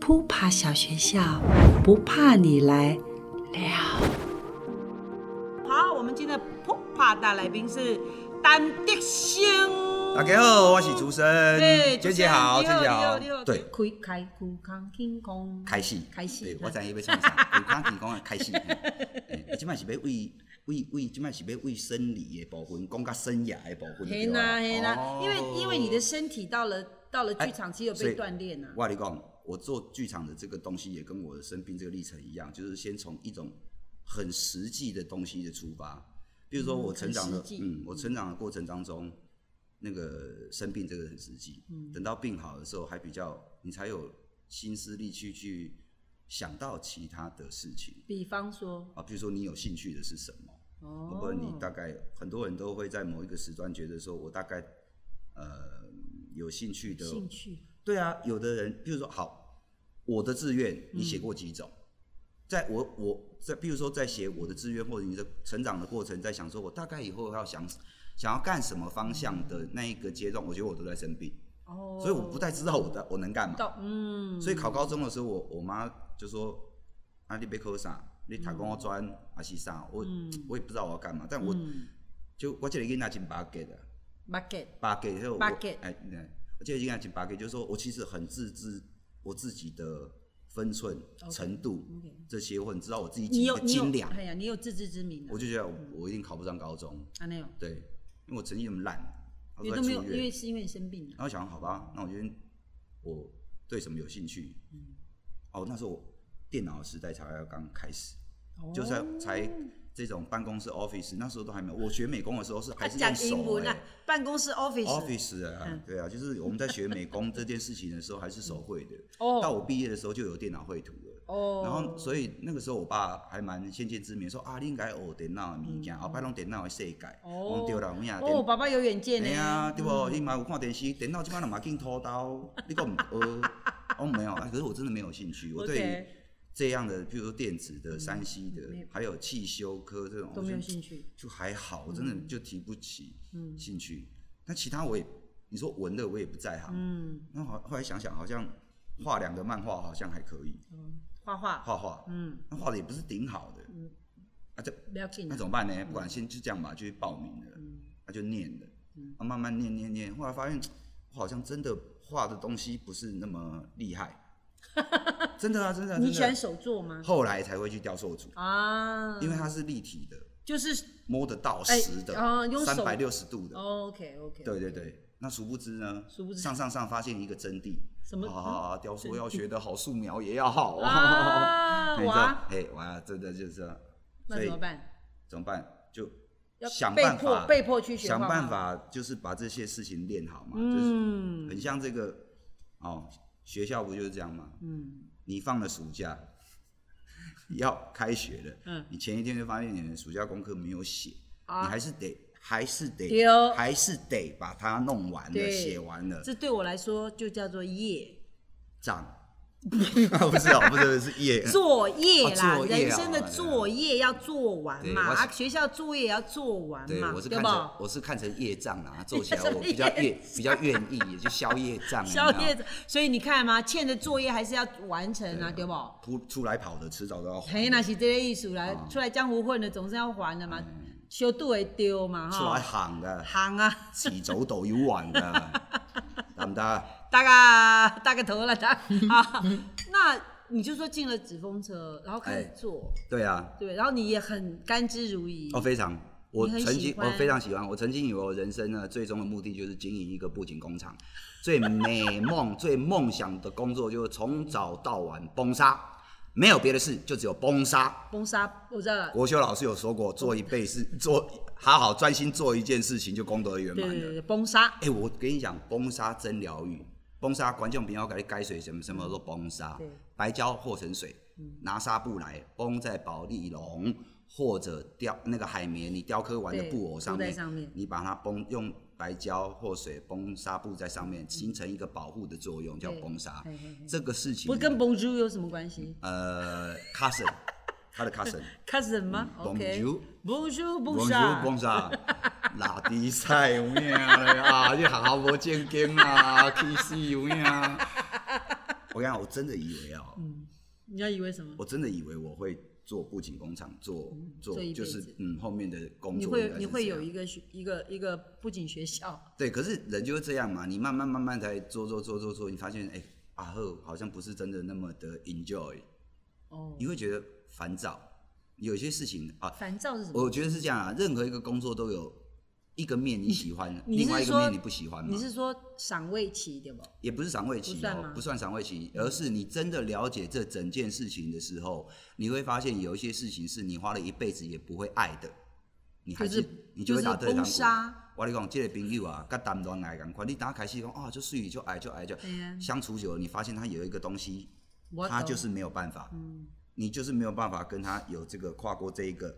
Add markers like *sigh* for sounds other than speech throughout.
扑爬小学校，不怕你来了。好，我们今天的扑帕大来宾是丹迪星。大家好，我是竹生对，，娟姐好，你娟姐好你，对，，你开开古康天空，开戏，开戏对嗯我知影要创啥，有刚提讲的 *laughs* 开戏，即摆是要为为为，即摆是要为生理的部分，讲到生涯的部分，嘿对吧啦嘿啦哦，因为因为你的身体到了到了剧场，只有所被以锻炼啊。我跟你讲，我做剧场的这个东西也跟我的生病这个历程一样，就是先从一种很实际的东西的出发，比如说我成长嗯的很实，际嗯，我成长的过程当中，那个生病这个很实际，嗯，等到病好的时候还比较，你才有心思力去去想到其他的事情比方说，啊，比如说你有兴趣的是什么，哦，或者你大概很多人都会在某一个时段觉得说，我大概呃有兴趣的兴趣对啊，有的人，譬如说，好，我的志愿你嗯写过几种？在我我在，譬如说在写我的志愿或者你的成长的过程，在想说我大概以后要想想要干什么方向的那一个阶段，我觉得我都在生病，嗯哦，所以我不太知道我的我能干嘛。到嗯，所以考高中的时候，我我妈就说：“啊，你别考啥，你读工专嗯还是啥？”我、我也不知道我要干嘛，但我、就我这里给仔真巴结的。 bucket 八给，然后我八给哎，对我记得应该讲八给，就是说我其实很自知我自己的分寸、 OK，程度 OK 这些，或者知道我自己你几有个你有斤两，哎呀，你有自知之明啊我，就觉得我我一定考不上高中，啊那有，对，因为我成绩那么烂，我你都都在没有，出因为院，是因为你生病了啊然，后想好吧，那我觉得我对什么有兴趣，嗯哦，那时候我电脑的时代才刚开始，啊就哦是才这种办公室 office，那时候都还没有，我学美工的时候是啊还是用手、哎，办公室 office office 啊嗯，对啊，就是我们在学美工这件事情的时候还是手绘的，哦到我毕业的时候就有电脑绘图了。哦，然后，所以那个时候我爸还蛮先见之明，说啊，你应该学电脑的物件，后摆拢电脑的世界。嗯哦我讲对啦，有影哦，我爸爸有远见呢哎，呀，对不？你嘛有看电视，电脑即摆人嘛紧拖刀，你讲唔学？哦，没有，啊可是我真的没有兴趣，我对于 OK 嗯这样的，譬如说电子的、山西的没有，还有汽修科这种，都没有我就兴趣，就还嗯好，我真的就提不起兴趣。但其他我也，你说文的我也不在行。嗯，那好，后来想想，好像画两个漫画好像还可以，画画，画画，嗯，那画的也不是顶好的。啊，这不要紧那啊，怎么办呢？不管先就这样吧，就去报名了，嗯他就念了，啊，慢慢念念念，后来发现我好像真的画的东西不是那么 *laughs* 厉害，真的啊，真的啊，你真喜欢的啊。手做吗？后来才会去雕塑组，啊，因为它是立体的，就是摸得到哎实的啊用，手三百六十度的。 OK OK，对对对，那殊不知呢，殊不知上上上发现一个真谛，什么嗯啊？雕塑要学得好，素描也要好啊 *laughs* 你知道哇，哎哇，真的就是这样，那所以怎么办？怎么办？就要想被办迫法，被迫去学嗯想画画办法，就是把这些事情练好嘛，就是很像这个哦，学校不就是这样吗？嗯，你放了暑假， *laughs* 要开学了，嗯你前一天就发现你的暑假功课没有写，啊你还是得还是对得、哦还是得把它弄完了，对写完了，这对我来说就叫做业账。 *laughs* 不是哦，不是是业，作业啦，哦作业啊人生的作业要做完嘛，对我是啊，学校作业也要做完对嘛，，我是对看吧成？我是看成业障 *laughs* 啊，做起来什么我比较业愿比较愿意，也就消业 *laughs* 障。有没宵有夜，所以你看嘛，欠的作业还是要完成啊，对不？出出来跑的，迟早都要还嘿，那是这个意思啦。哦出来江湖混的，总是要还的嘛，小度会丢嘛，嗯出来哈。行的，行啊，迟早都要 *laughs* 还的，得唔啊得？大概大概头了， *laughs* 大啊。那你就说进了纸风车，然后开始哎做，对啊，对，然后你也很甘之如饴。哦，非常。我你很曾喜经，欢我非常喜欢。我曾经以为我人生呢，最终的目的就是经营一个布景工厂，最 *laughs* 美梦、最梦想的工作就是从早到晚崩杀，没有别的事，就只有崩杀。崩沙，我知道了。国修老师有说过，做一辈子，做好好专心做一件事情，就功德圆对满对了。对，崩沙。哎、我跟你讲，崩沙真疗愈。崩沙，观众朋友给你改水什么什么叫做崩沙对？嗯白胶或成水，拿纱布来绷在保丽龙或者雕那个海绵，你雕刻完的对布偶上铺面，在上面你把它绷用白胶或水绷纱布在上面，形成一个保护的作用，叫对崩沙嘿嘿嘿。这个事情不是跟 Bonjour 有什么关系呃 cousin，他的 cousin。 ？Cousin 吗？OK。 Bonjour Bonjour，蒙 Bonjour 修崩啥？拉比赛有影嘞啊！你学校无正经啊，气死有影。我跟你讲，我真的以为啊，嗯，你要以为什么？我真的以为我会做布景工厂，做做做一辈就子是嗯后面的工作你应会该是你会这样有一个学一个一个布景学校，对，可是人就是这样嘛，你慢慢慢慢才做做做做做，你发现哎啊后好像不是真的那么的 enjoy，哦你，会觉得烦躁，有些事情啊，烦躁是什么？我觉得是这样啊，任何一个工作都有一个面你喜欢，你另外是一个说面你不喜欢嘛你，是说赏味期对不？也不是赏味期不算哦吗，嗯不算赏味期，而是你真的了解这整件事情的时候，你会发现有一些事情是你花了一辈子也不会爱的，你还就是你就会就是打退堂崩鼓沙。我跟你讲，这个朋友啊，跟谈恋爱同款，你打开始讲啊，就水就爱就爱就爱哎呀，相处久了，你发现他有一个东西，我他懂就是没有办法，嗯，你就是没有办法跟他有这个跨过这一个，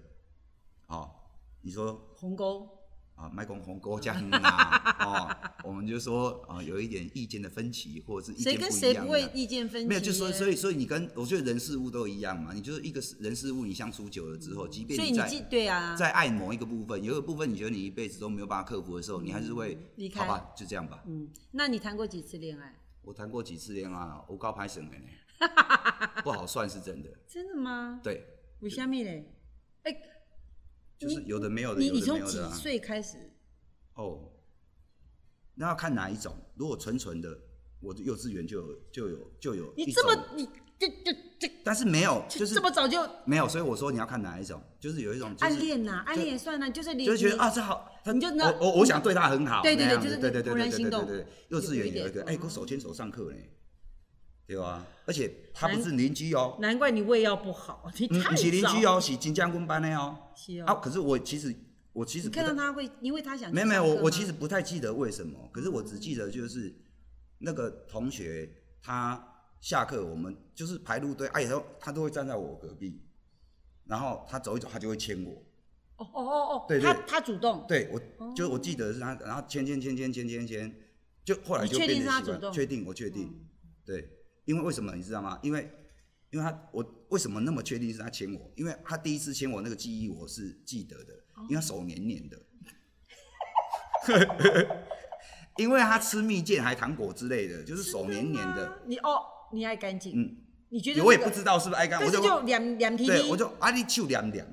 哦，你说鸿沟，啊，麦公鸿沟这样啊，哦，我们就说啊，有一点意见的分歧，或者是意谁见跟不谁一样不会的。意见分歧？没有，就说所以所以你跟我觉得人事物都一样嘛，你就是一个人事物，你相处久了之后，即便所以在记对啊，在爱某一个部分，有一个部分你觉得你一辈子都没有办法克服的时候，你还是会嗯离开好吧，就这样吧。嗯，那你谈过几次恋爱？我谈过几次恋爱啊，我高拍省的呢， *laughs* 不好算是真的。真的吗？对，为什么嘞？哎，就是有的没有的，你有你的没从有几的啊。岁开始？哦，那要看哪一种。如果纯纯的，我的幼稚园就有就有就有你一这种，么你这这这但是没有，就是这么早就没有，所以我说你要看哪一种，就是有一种、就是、暗恋呐，暗就恋也算呐，就是你就会觉得你啊，这好，他你就那我我我想对他很好，对对那对样就子是对对对怦然对心对动对对，幼稚园有有一一点个，哎，哦我手牵手上课呢，对吧？而且他不是邻居哦，难怪你胃药不好， *laughs* 你嗯，太不是邻居早。哦，是金江棍班的哦，是哦啊，可是我其实我其实你不看太到他会，因为他想去没有没有，上我课我吗其实不太记得为什么，可是我只记得就是那个同学他下课我们就是排路队，哎、啊，然后他都会站在我隔壁，然后他走一走他就会牵我，哦哦哦哦，对对他他主动，对我就是我记得是他，然后牵牵牵牵牵牵牵，就后来你就确变定是成他习主动嗯惯，确定我确定，对，因为为什么你知道吗？因为因为他我为什么那么确定是他牵我？因为他第一次牵我那个记忆我是记得的，哦因为他手黏黏的， *laughs* 因为他吃蜜饯还糖果之类的，就是手黏黏的，你哦，你爱干净，嗯，你觉得我也这不个知道是不是爱干，但我是就就两两皮对皮，我就啊你手黏黏，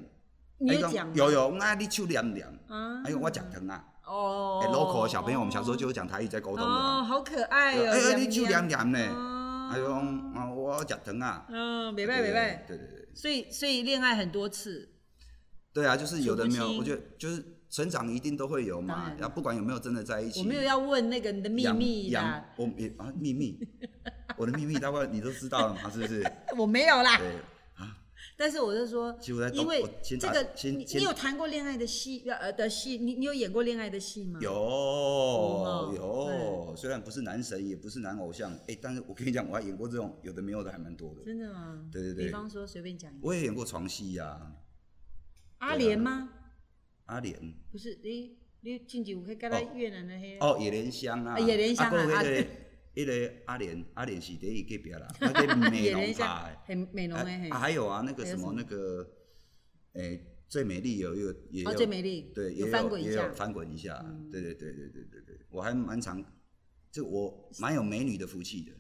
你他有讲讲吗有有，我啊你手黏黏，啊还有我讲疼啊。哦哎、l o c a l 小朋友，我们小时候就有讲台语在沟通的哦，嘛。好可爱哦，哎哎，你就凉凉呢，哦还有讲啊，我脚疼啊，嗯，对没拜没拜，对对对对，所以所以恋爱很多次，对啊，就是有的没数有，不清我觉得就是成长一定都会有当嘛然，然后不管有没有真的在一起，我没有要问那个你的秘养密养啦，我也啊秘密， *laughs* 我的秘密大概你都知道了嘛，是不是？我没有啦，对，但是我是说其实我在，动因为我先这打个先你先你有谈过恋爱的戏呃的戏，你你有演过恋爱的戏吗？有嗯哦有，虽然不是男神，也不是男偶像，哎，但是我跟你讲，我还演过这种有的没有的还蛮多的，真的吗？对对对比方说随便讲一个，我啊也演过床戏呀，阿莲吗？阿莲。不是，你你近期有去跟他哦越南的那 *laughs* 个哦，野莲香啊，啊野莲香啊啊，还有啊迄个迄个阿莲，阿莲是第一隔壁啦，我伫 *laughs* 美野容莲卡香，很哦美容的嘿哎，啊，还有啊，那个还有什么什么那个，诶，最美丽有有也有哦最美丽对，也有翻滚一也下嗯有翻滚一下，对对对对对对对，我还蛮常，就我蛮有美女的福气的，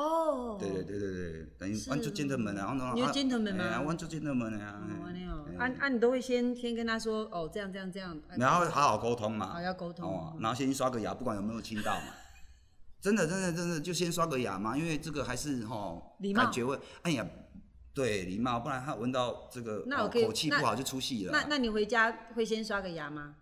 哦，对对对对对，等于是阮做 gentleman 啊，我你有 gentleman 吗阮做 gentleman 啊哦，安尼哦，嘿啊啊，你都会先先跟他说哦，这样这样这样，啊然后好好沟通嘛，好要沟通哦嗯，然后先刷个牙，不管有没有亲到 *laughs* 嘛。真的，真的，真的，就先刷个牙嘛，因为这个还是哈礼，貌感觉会，哎呀，对，礼貌，不然他闻到这个那我哦可以口气那不好就出戏了啊。那那你回家会先刷个牙吗？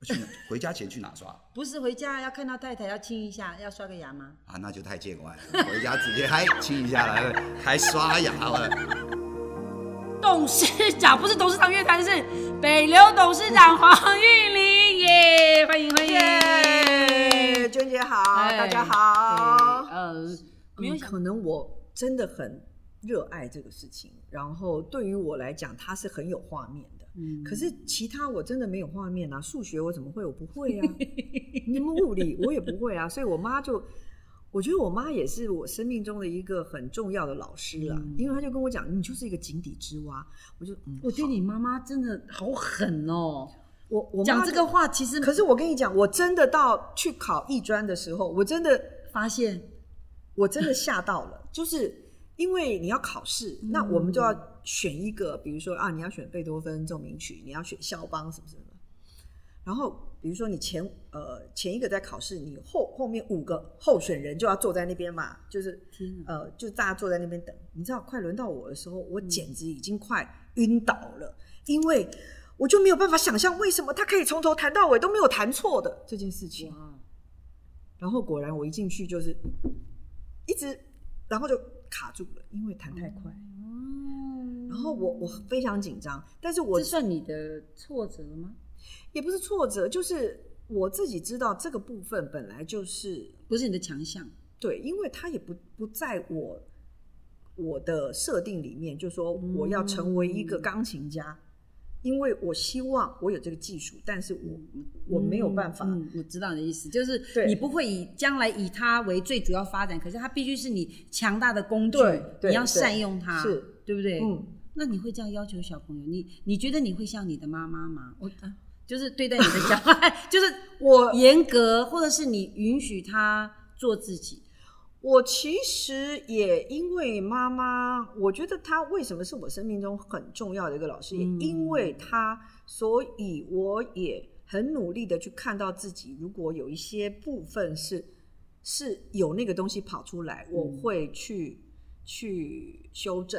去哪回家前去哪刷不是回家要看到太太要亲一下，要刷个牙吗？啊？那就太见外了，回家直接还亲一下来， *laughs* 还刷牙 *laughs* 了。董事长不是董事长乐团，是北流董事长黄韵玲，耶！欢迎欢迎，耶，娟姐好，哎大家好对。呃，没有嗯想可能我真的很热爱这个事情，然后对于我来讲，它是很有画面的。嗯可是其他我真的没有画面啊，数学我怎么会？我不 *laughs* 会啊。你们物理我也不会啊，所以我妈就，我觉得我妈也是我生命中的一个很重要的老师了，因为她就跟我讲，你就是一个井底之蛙。我就嗯，嗯我觉得你妈妈真的好狠哦，我我妈讲这个就。话其实可是我跟你讲，我真的到去考艺专的时候，我真的发现我真的吓到了，就是因为你要考试，那我们就要选一个，比如说啊，你要选贝多芬奏鸣曲，你要选肖邦什么什么，然后比如说你前呃前一个在考试，你后后面五个候选人就要坐在那边嘛，就是呃就大家坐在那边等，你知道快轮到我的时候，我简直已经快晕倒了，因为我就没有办法想象为什么他可以从头弹到尾都没有弹错的这件事情。然后果然我一进去就是一直，然后就卡住了，因为弹太快。然后我我非常紧张，但是我哦这算你的挫折吗？也不是挫折，就是我自己知道这个部分本来就是不是你的强项，对，因为它也不不在我我的设定里面，就说我要成为一嗯个钢琴家，因为我希望我有这个技术，但是我我没有办法。嗯，我知道你的意思，就是对你不会以将来以它为最主要发展，可是它必须是你强大的工具对，对你要善用它，对是对不对？嗯，那你会这样要求小朋友？你你觉得你会像你的妈妈吗？我、啊就是对待你的小孩， *laughs* 就是我严格，或者是你允许他做自己。我其实也因为妈妈，我觉得她为什么是我生命中很重要的一个老师，也因为她，所以我也很努力的去看到自己，如果有一些部分是是有那个东西跑出来，我会去、去修正，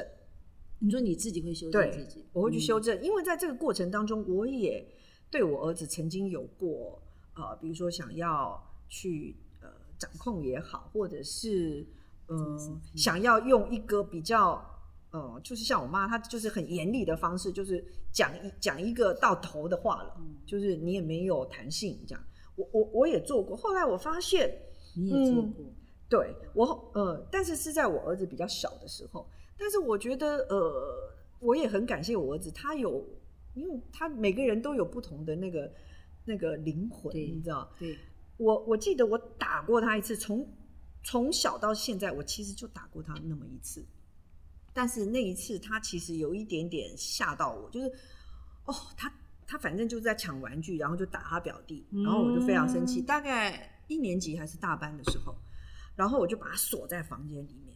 你说你自己会修正自对己，，我会去修正，因为在这个过程当中，我也对我儿子曾经有过，呃，比如说想要去呃掌控也好，或者是嗯想要用一个比较。呃，就是像我妈，她就是很严厉的方式，就是讲一讲一个到头的话哦了，就是你也没有弹性这样。我我我也做过，后来我发现，你也做嗯过，对我，呃，但是是在我儿子比较小的时候。但是我觉得，呃，我也很感谢我儿子，他有，因为他每个人都有不同的那个那个灵魂，对你知道？对，我我记得我打过他一次，从从小到现在，我其实就打过他那么一次。但是那一次，他其实有一点点吓到我，就是哦，他他反正就是在抢玩具，然后就打他表弟，然后我就非常生气。大概一年级还是大班的时候，然后我就把他锁在房间里面。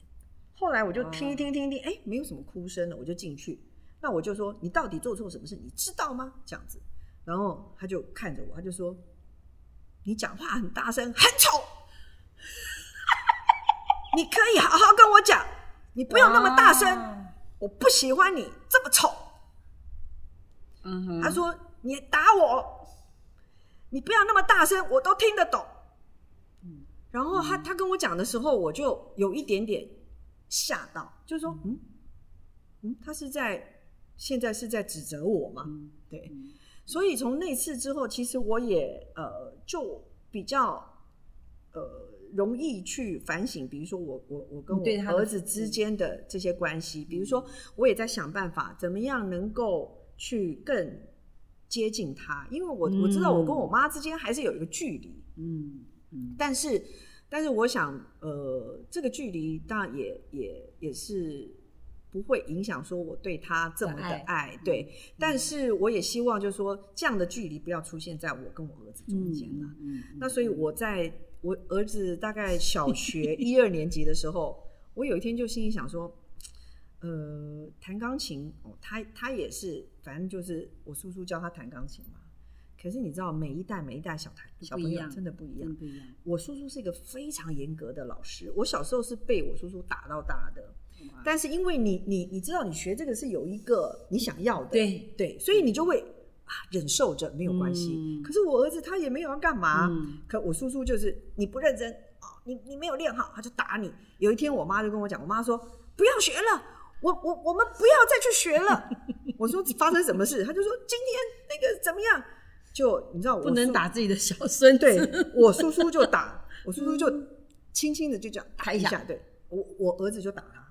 后来我就听一听听一听，哎，没有什么哭声了，我就进去。那我就说，你到底做错什么事？你知道吗？这样子，然后他就看着我，他就说，你讲话很大声，很丑。你可以好好跟我讲，你不用那么大声，啊我不喜欢你这么丑。嗯哼，他说你打我，你不要那么大声，我都听得懂。然后嗯他他跟我讲的时候，我就有一点点吓到，就说嗯嗯，他是在现在是在指责我嘛？嗯对，所以从那次之后，其实我也呃就比较呃容易去反省，比如说我我我跟你对他我的儿子之间的这些关嗯系，比如说我也在想办法怎么样能够去更接近他，因为我我知道我跟我妈之间还是有一个距离，嗯，但是，但是我想，呃，这个距离当然也也也是不会影响说我对他这么的的爱，对。但是我也希望就是说，这样的距离不要出现在我跟我儿子中间啊嗯了。那所以我在我儿子大概小 *laughs* 学一二年级的时候，我有一天就心里想说，呃，弹钢琴哦，他他也是，反正就是我叔叔教他弹钢琴嘛。可是你知道，每一代每一代小孩小不一朋友嗯样真的不一样真，不一样。我叔叔是一个非常严格的老师，我小时候是被我叔叔打到大的。但是因为你你你知道，你学这个是有一个你想要的，对对，所以你就会啊忍受着没有关系。嗯可是我儿子他也没有要干嘛，嗯可我叔叔就是你不认真哦，你你没有练好，他就打你。有一天我妈就跟我讲，我妈说不要学了。我我我们不要再去学了。 *laughs* 我说发生什么事？他就说今天那个怎么样？就你知道我不能叔打自己的小孙，对我叔叔就打，我叔叔就轻轻的就这样打嗯一一下下，对我我儿子就打他，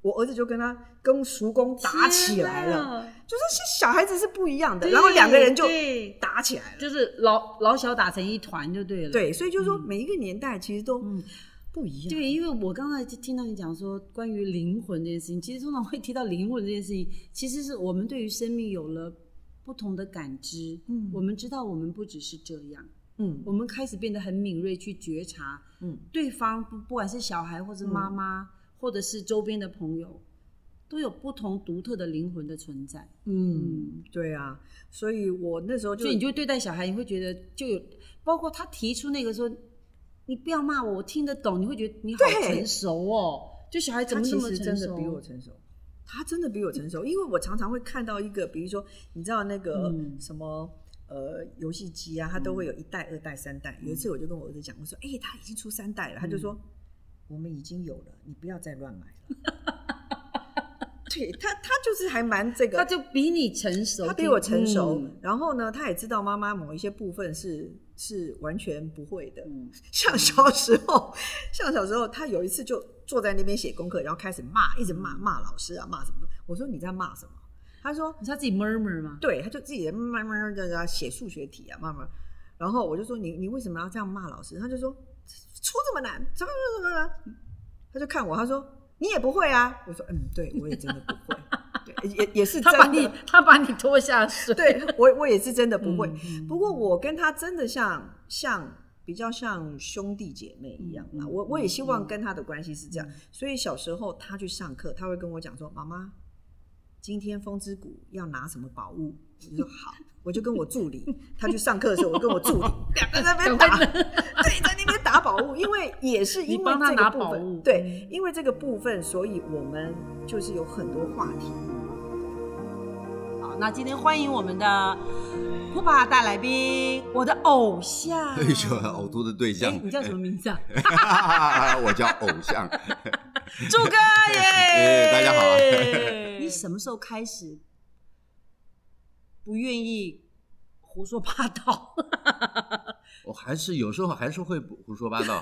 我儿子就跟他跟叔公打起来了，天哪，就是是小孩子是不一样的，对然后两个人就对打起来了，就是老老小打成一团就对了。对，所以就嗯是说每一个年代其实都嗯不一样，对，因为我刚才就听到你讲说关于灵魂这件事情，其实通常会提到灵魂这件事情，其实是我们对于生命有了不同的感知。嗯我们知道我们不只是这样，嗯我们开始变得很敏锐去觉察嗯，对方，不不管是小孩或者妈妈，或者是周边的朋友，都有不同独特的灵魂的存在。嗯，对啊，所以我那时候就所以你就对待小孩，你会觉得就有，包括他提出那个说，你不要骂我，我听得懂，你会觉得你好对成熟哦。就小孩怎他么那其么实成真熟？的比我成熟，他真的比我成熟，因为我常常会看到一个，比如说你知道那个嗯什么。呃，游戏机啊，它都会有一代、二代、三代。有一嗯次我就跟我儿子讲，我说：“哎、他已经出三代了。”他就说：“我们已经有了，你不要再乱买了。 *laughs* 对”他，他就是还蛮这个，他就比你成熟，他比我成熟，嗯然后呢，他也知道妈妈某一些部分是是完全不会的。嗯像小时候，像小时候，他有一次就坐在那边写功课，然后开始骂，一直嗯骂骂老师啊，骂什么的。我说你在骂什么？他说你知道自己 murmur 吗？对，他就自己在慢慢慢在那写数学题啊，慢慢。然后我就说你你为什么要这样骂老师？他就说出这么难，怎么怎么怎么怎么？他就看我，他说你也不会啊。我说嗯，对我也真的不会，对，也也是他把真你的。他把你拖下水，对我我也是真的不会。嗯嗯不过我跟他真的像像比较像兄弟姐妹一样啦。嗯嗯我我也希望嗯跟他的关系是这样。所以小时候他去上课，他会跟我讲说：“妈妈，今天风之谷要拿什么宝物？”我就说好，我就跟我 *laughs* 助理，他去上课的时候，我跟我助理两个人在那边打，对，在那边打宝物，因为也是因你为帮他这个拿部宝分，物嗯对，因为这个部分，所以我们就是有很多话题。好，那今天欢迎我们的普帕大来宾，我的偶像。对象呕吐的对象 *laughs* *laughs* 哎，，你叫什么名字 *laughs* 啊？我叫偶像。祝哥耶！哎大家好你什么时候开始不愿意胡说八道？ *laughs* *laughs* 我还是有时候还是会胡说八道，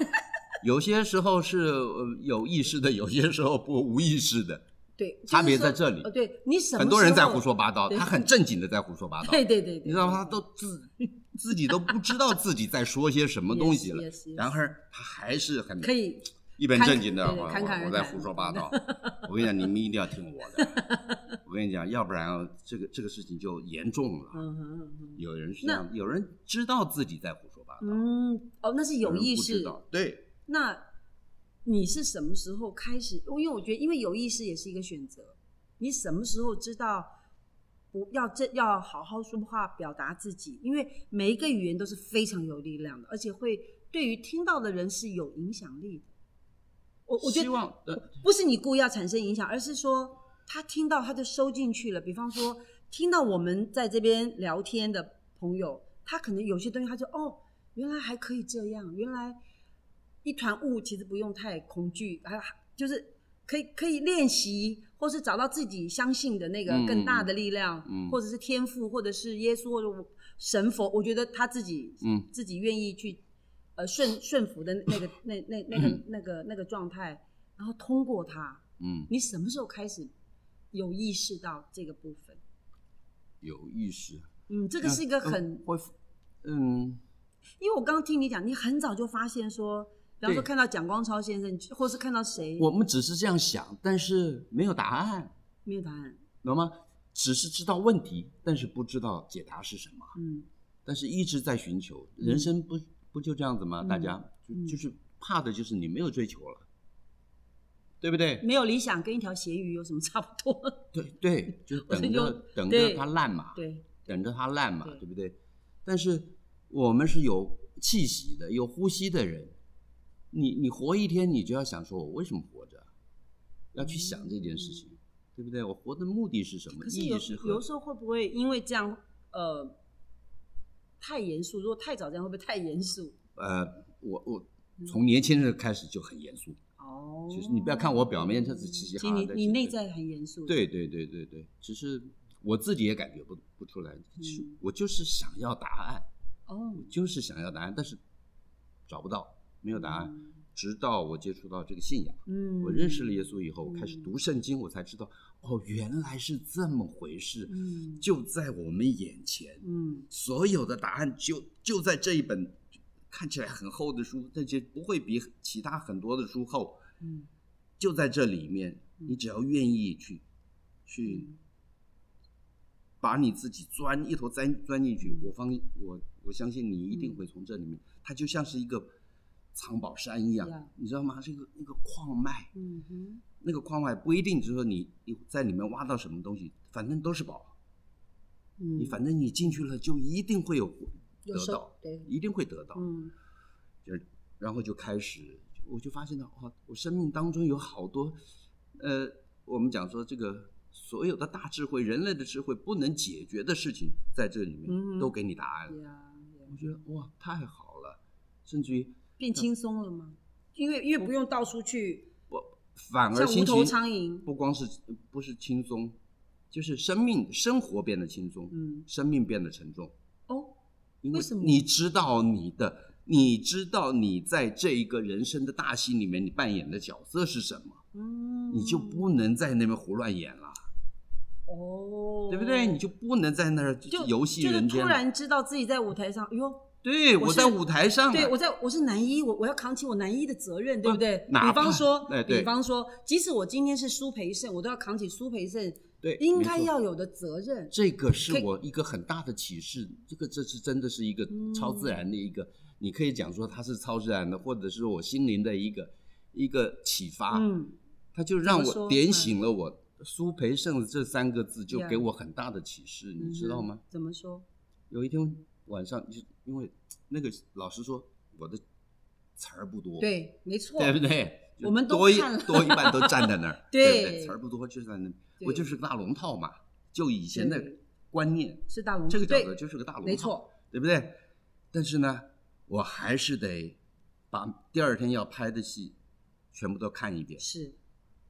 有些时候是呃有意识的，有些时候不无意识的，对，差别在这就是里说呃，对你什么时候很多人在胡说八道，对他很正经的在胡说八道，对对对对，你知道吗？他都自自己都不知道自己在说些什么东西了 Yes, yes, yes，然而他还是很可以一本正经的，侃侃对对侃我侃我而我在谈胡说八道。 *laughs* 我跟你讲，你们一定要听我的。 *laughs* 我跟你讲，要不然这个这个事情就严重了。嗯哼嗯哼有人是这样，有人知道自己在胡说八道，嗯，哦，那是有人意不知识。道。对，那你是什么时候开始？因为我觉得，因为有意识也是一个选择。你什么时候知道不要这要好好说话，表达自己？因为每一个语言都是非常有力量的，而且会对于听到的人是有影响力的。我我觉希得望呃不是你故意要产生影响，而是说他听到他就收进去了。比方说，听到我们在这边聊天的朋友，他可能有些东西，他就哦，原来还可以这样，原来一团雾其实不用太恐惧，还就是可以可以练习，或是找到自己相信的那个嗯更大的力量，嗯或者是天赋，或者是耶稣，或者我神佛。我觉得他自己，嗯，自己愿意去。呃，顺顺服的 *coughs* 那个、那、那、那个、那个、那个状态，然后通过它，嗯，你什么时候开始有意识到这个部分？有意识，嗯，这个是一个很，会，嗯，因为我刚刚听你讲，你很早就发现说，比方说对看到蒋光超先生，或是看到谁，我们只是这样想，但是没有答案，没有答案，懂吗？只是知道问题，但是不知道解答是什么，嗯但是一直在寻求。人生不不就这样子吗？大家就嗯就是怕的就是你没有追求了，对不对？没有理想跟一条咸鱼有什么差不多？对对，就我是等着用等对着它烂嘛。对，等着它烂嘛，对对不对？但是我们是有气息的，有呼吸的人，你你活一天，你就要想说我为什么活着，要去想这件事情，对不对？我活的目的是什嗯么？可是意有义是何有？时候会不会因为这样，呃，太严肃？如果太早这样，会不会太严肃？呃，我我嗯从年轻人开始就很严肃，哦，其实你不要看我表面这是嘻嘻其实哈哈你的，你其实内在很严肃，对对对对对，只是我自己也感觉不不出来，其实嗯我就是想要答案。哦，就是想要答案，但是找不到，没有答案。嗯直到我接触到这个信仰，嗯，我认识了耶稣以后，我开始嗯读圣经，我才知道哦，原来是这么回事，嗯就在我们眼前，嗯所有的答案就就在这一本看起来很厚的书，但其实不会比其他很多的书厚，嗯就在这里面，嗯你只要愿意去嗯去把你自己钻一头钻钻进去，我方我我相信你一定会从这里面，它就像是一个藏宝山一样 Yeah 你知道吗？是一个那个矿脉，嗯哼，那个矿脉不一定就是说你你在里面挖到什么东西，反正都是宝。嗯你反正你进去了，就一定会有有得收到，对一定会得到。嗯就然后就开始，我就发现到哦，我生命当中有好多，呃，我们讲说这个所有的大智慧，人类的智慧不能解决的事情，在这里面、嗯都给你答案了。呀，我觉得哇，太好了，甚至于啊变轻松了吗？因为因为不用到处去反像而心无头情苍蝇不光是不是轻松，就是生命生活变得轻松，嗯生命变得沉重。哦，因为什么你知道你的，你知道你在这一个人生的大戏里面，你扮演的角色是什么，嗯，你就不能在那边胡乱演了，哦，对不对？你就不能在那儿就游戏就是人间突了。然知道自己在舞台上，哎呦，对，我我是在舞台上啊，啊对我在我是男一，我我要扛起我男一的责任，对不对？哪比方怕说哎，对比方说，即使我今天是苏培盛，我都要扛起苏培盛对应没该错要有的责任。这个是可以我一个很大的启示，这个这是真的是一个嗯超自然的一个，你可以讲说它是超自然的，或者是我心灵的一个一个启发，嗯，它就让怎么说我点醒了我。苏培盛这三个字就 Yeah 给我很大的启示，啊你知道吗嗯？？怎么说？有一天晚上，就因为那个老师说我的词儿不多，对，没错，对不对？就我们都多一看了多一半都站在那 *laughs* 儿，对不对？词儿不多，就在那，对我就是个大龙套嘛，就以前的对观念，是大龙，这个角对色就是个大龙套，没错，对不对？但是呢，我还是得把第二天要拍的戏全部都看一遍，是，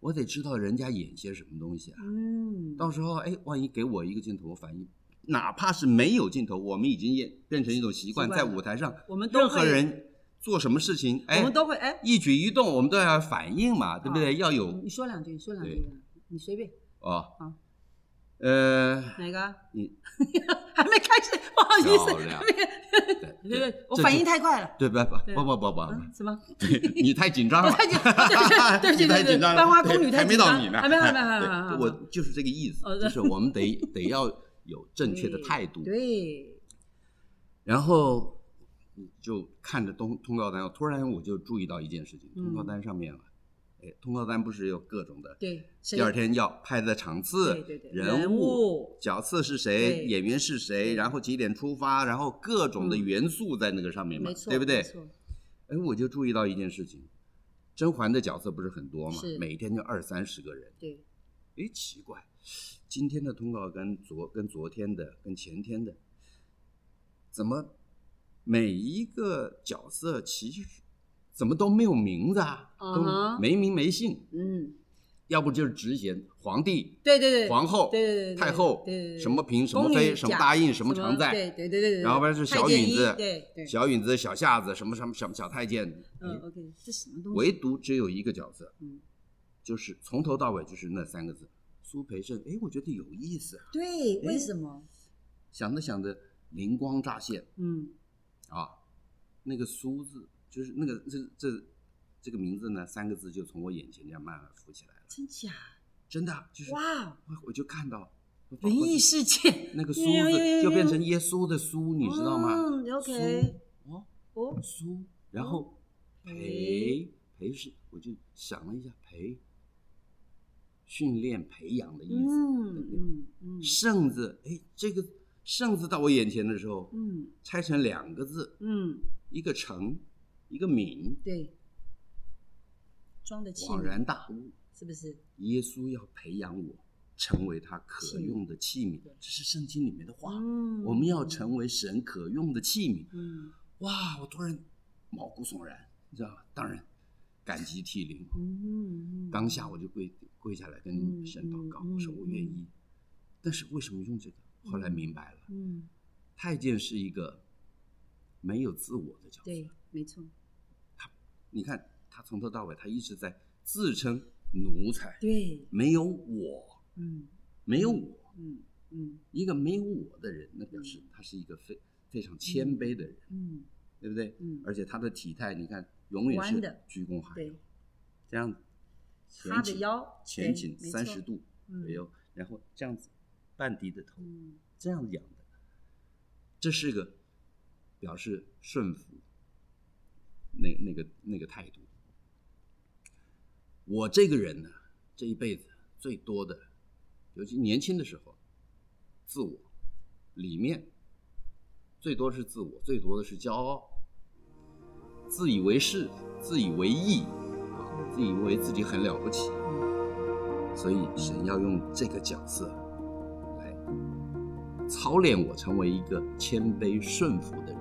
我得知道人家演些什么东西啊。嗯，到时候，哎，万一给我一个镜头，我反应，哪怕是没有镜头，我们已经变变成一种习惯，习在惯了舞台上，我们都任何会人做什么事情，哎，我们都会哎，一举一动，我们都要反应嘛，对不对？要有你啊说两句，你说两句对，你随便哦好，呃，哪个？你 *laughs* 还没开始，不好意漂思，亮那个对 *laughs* 对，我这反就应太快了。对不对不不不不不，嗯，什么？对你 *laughs* 太紧张了，太紧 *laughs* 对对对对对你太紧张了，班花宫女对太还没紧张到你呢，还没还没哎还没对还没 *laughs* 我就是这个意思啊哦，对就是我们得得要有正确的态度，嗯对，然后就看着通通告单，突然我就注意到一件事情，通告单上面啊，哎，通告单不是有各种的，嗯对，第二天要拍的场次、对对对人人物角色是谁、对演员是谁，然后几点出发，然后各种的嗯元素在那个上面嘛，没错，对不没对？错哎，我就注意到一件事情，甄嬛的角色不是很多嘛是，每天就二三十个人。对，哎，奇怪，今天的通告跟昨跟昨天的跟前天的，怎么每一个角色其实怎么都没有名字啊，嗯都哼没名没姓，嗯，要不就是职衔皇帝、对对对，皇后、对对对对太后，对对对什么嫔、什么宫女妃、什么甲答应、什么常在，对对对对对，然后不然是太小监允一子对对，小允子、小夏子，什么什么什么小太监，嗯，OK，这什么东西？唯独只有一个角色，嗯就是从头到尾就是那三个字，苏培盛。哎，我觉得有意思啊，对，为什么？想着想着灵光乍现嗯啊，那个苏字就是那个这这这个名字呢，三个字就从我眼前这样慢慢浮起来了，真假？真的啊就是哇，我就看到灵异事件，那个苏哎呦哎呦哎字呦就变成耶稣的苏，你知道吗？嗯，OK，苏哦哦，苏，然后哎培培培是，我就想了一下，培训练培养的意思，对不对？嗯嗯 *laughs* 嗯圣字，哎，这个圣字到我眼前的时候，嗯拆成两个字，嗯，一个成，一个敏，对，装的气恍，然大悟，是不是？耶稣要培养我成为他器可皿用的器皿，这是圣经里面的话。嗯我们要成为神可用的器皿。嗯哇，我突然毛骨悚然，你知道吧？当然，感激涕零。嗯，嗯当下我就跪跪下来跟神祷告，嗯嗯我说我嗯愿意。但是为什么用这个？后来明白了，嗯，太监是一个没有自我的角色。对，没错，你看他从头到尾，他一直在自称奴才，对，没有我，嗯没有我。嗯嗯一个没有我的人，那表示他是一个非非常谦卑的人，嗯，对不对？嗯而且他的体态，你看永远弯是的鞠躬哈对腰，，这样前他的倾腰前对倾没三错十度嗯左右，然后这样子半低的头，嗯这样仰的，这是个表示顺服，那那个那个态度。我这个人呢，这一辈子最多的，尤其年轻的时候，自我里面最多是自我，最多的是骄傲，自以为是，自以为意，啊，自以为自己很了不起。所以神要用这个角色来操练我成为一个谦卑顺服的人。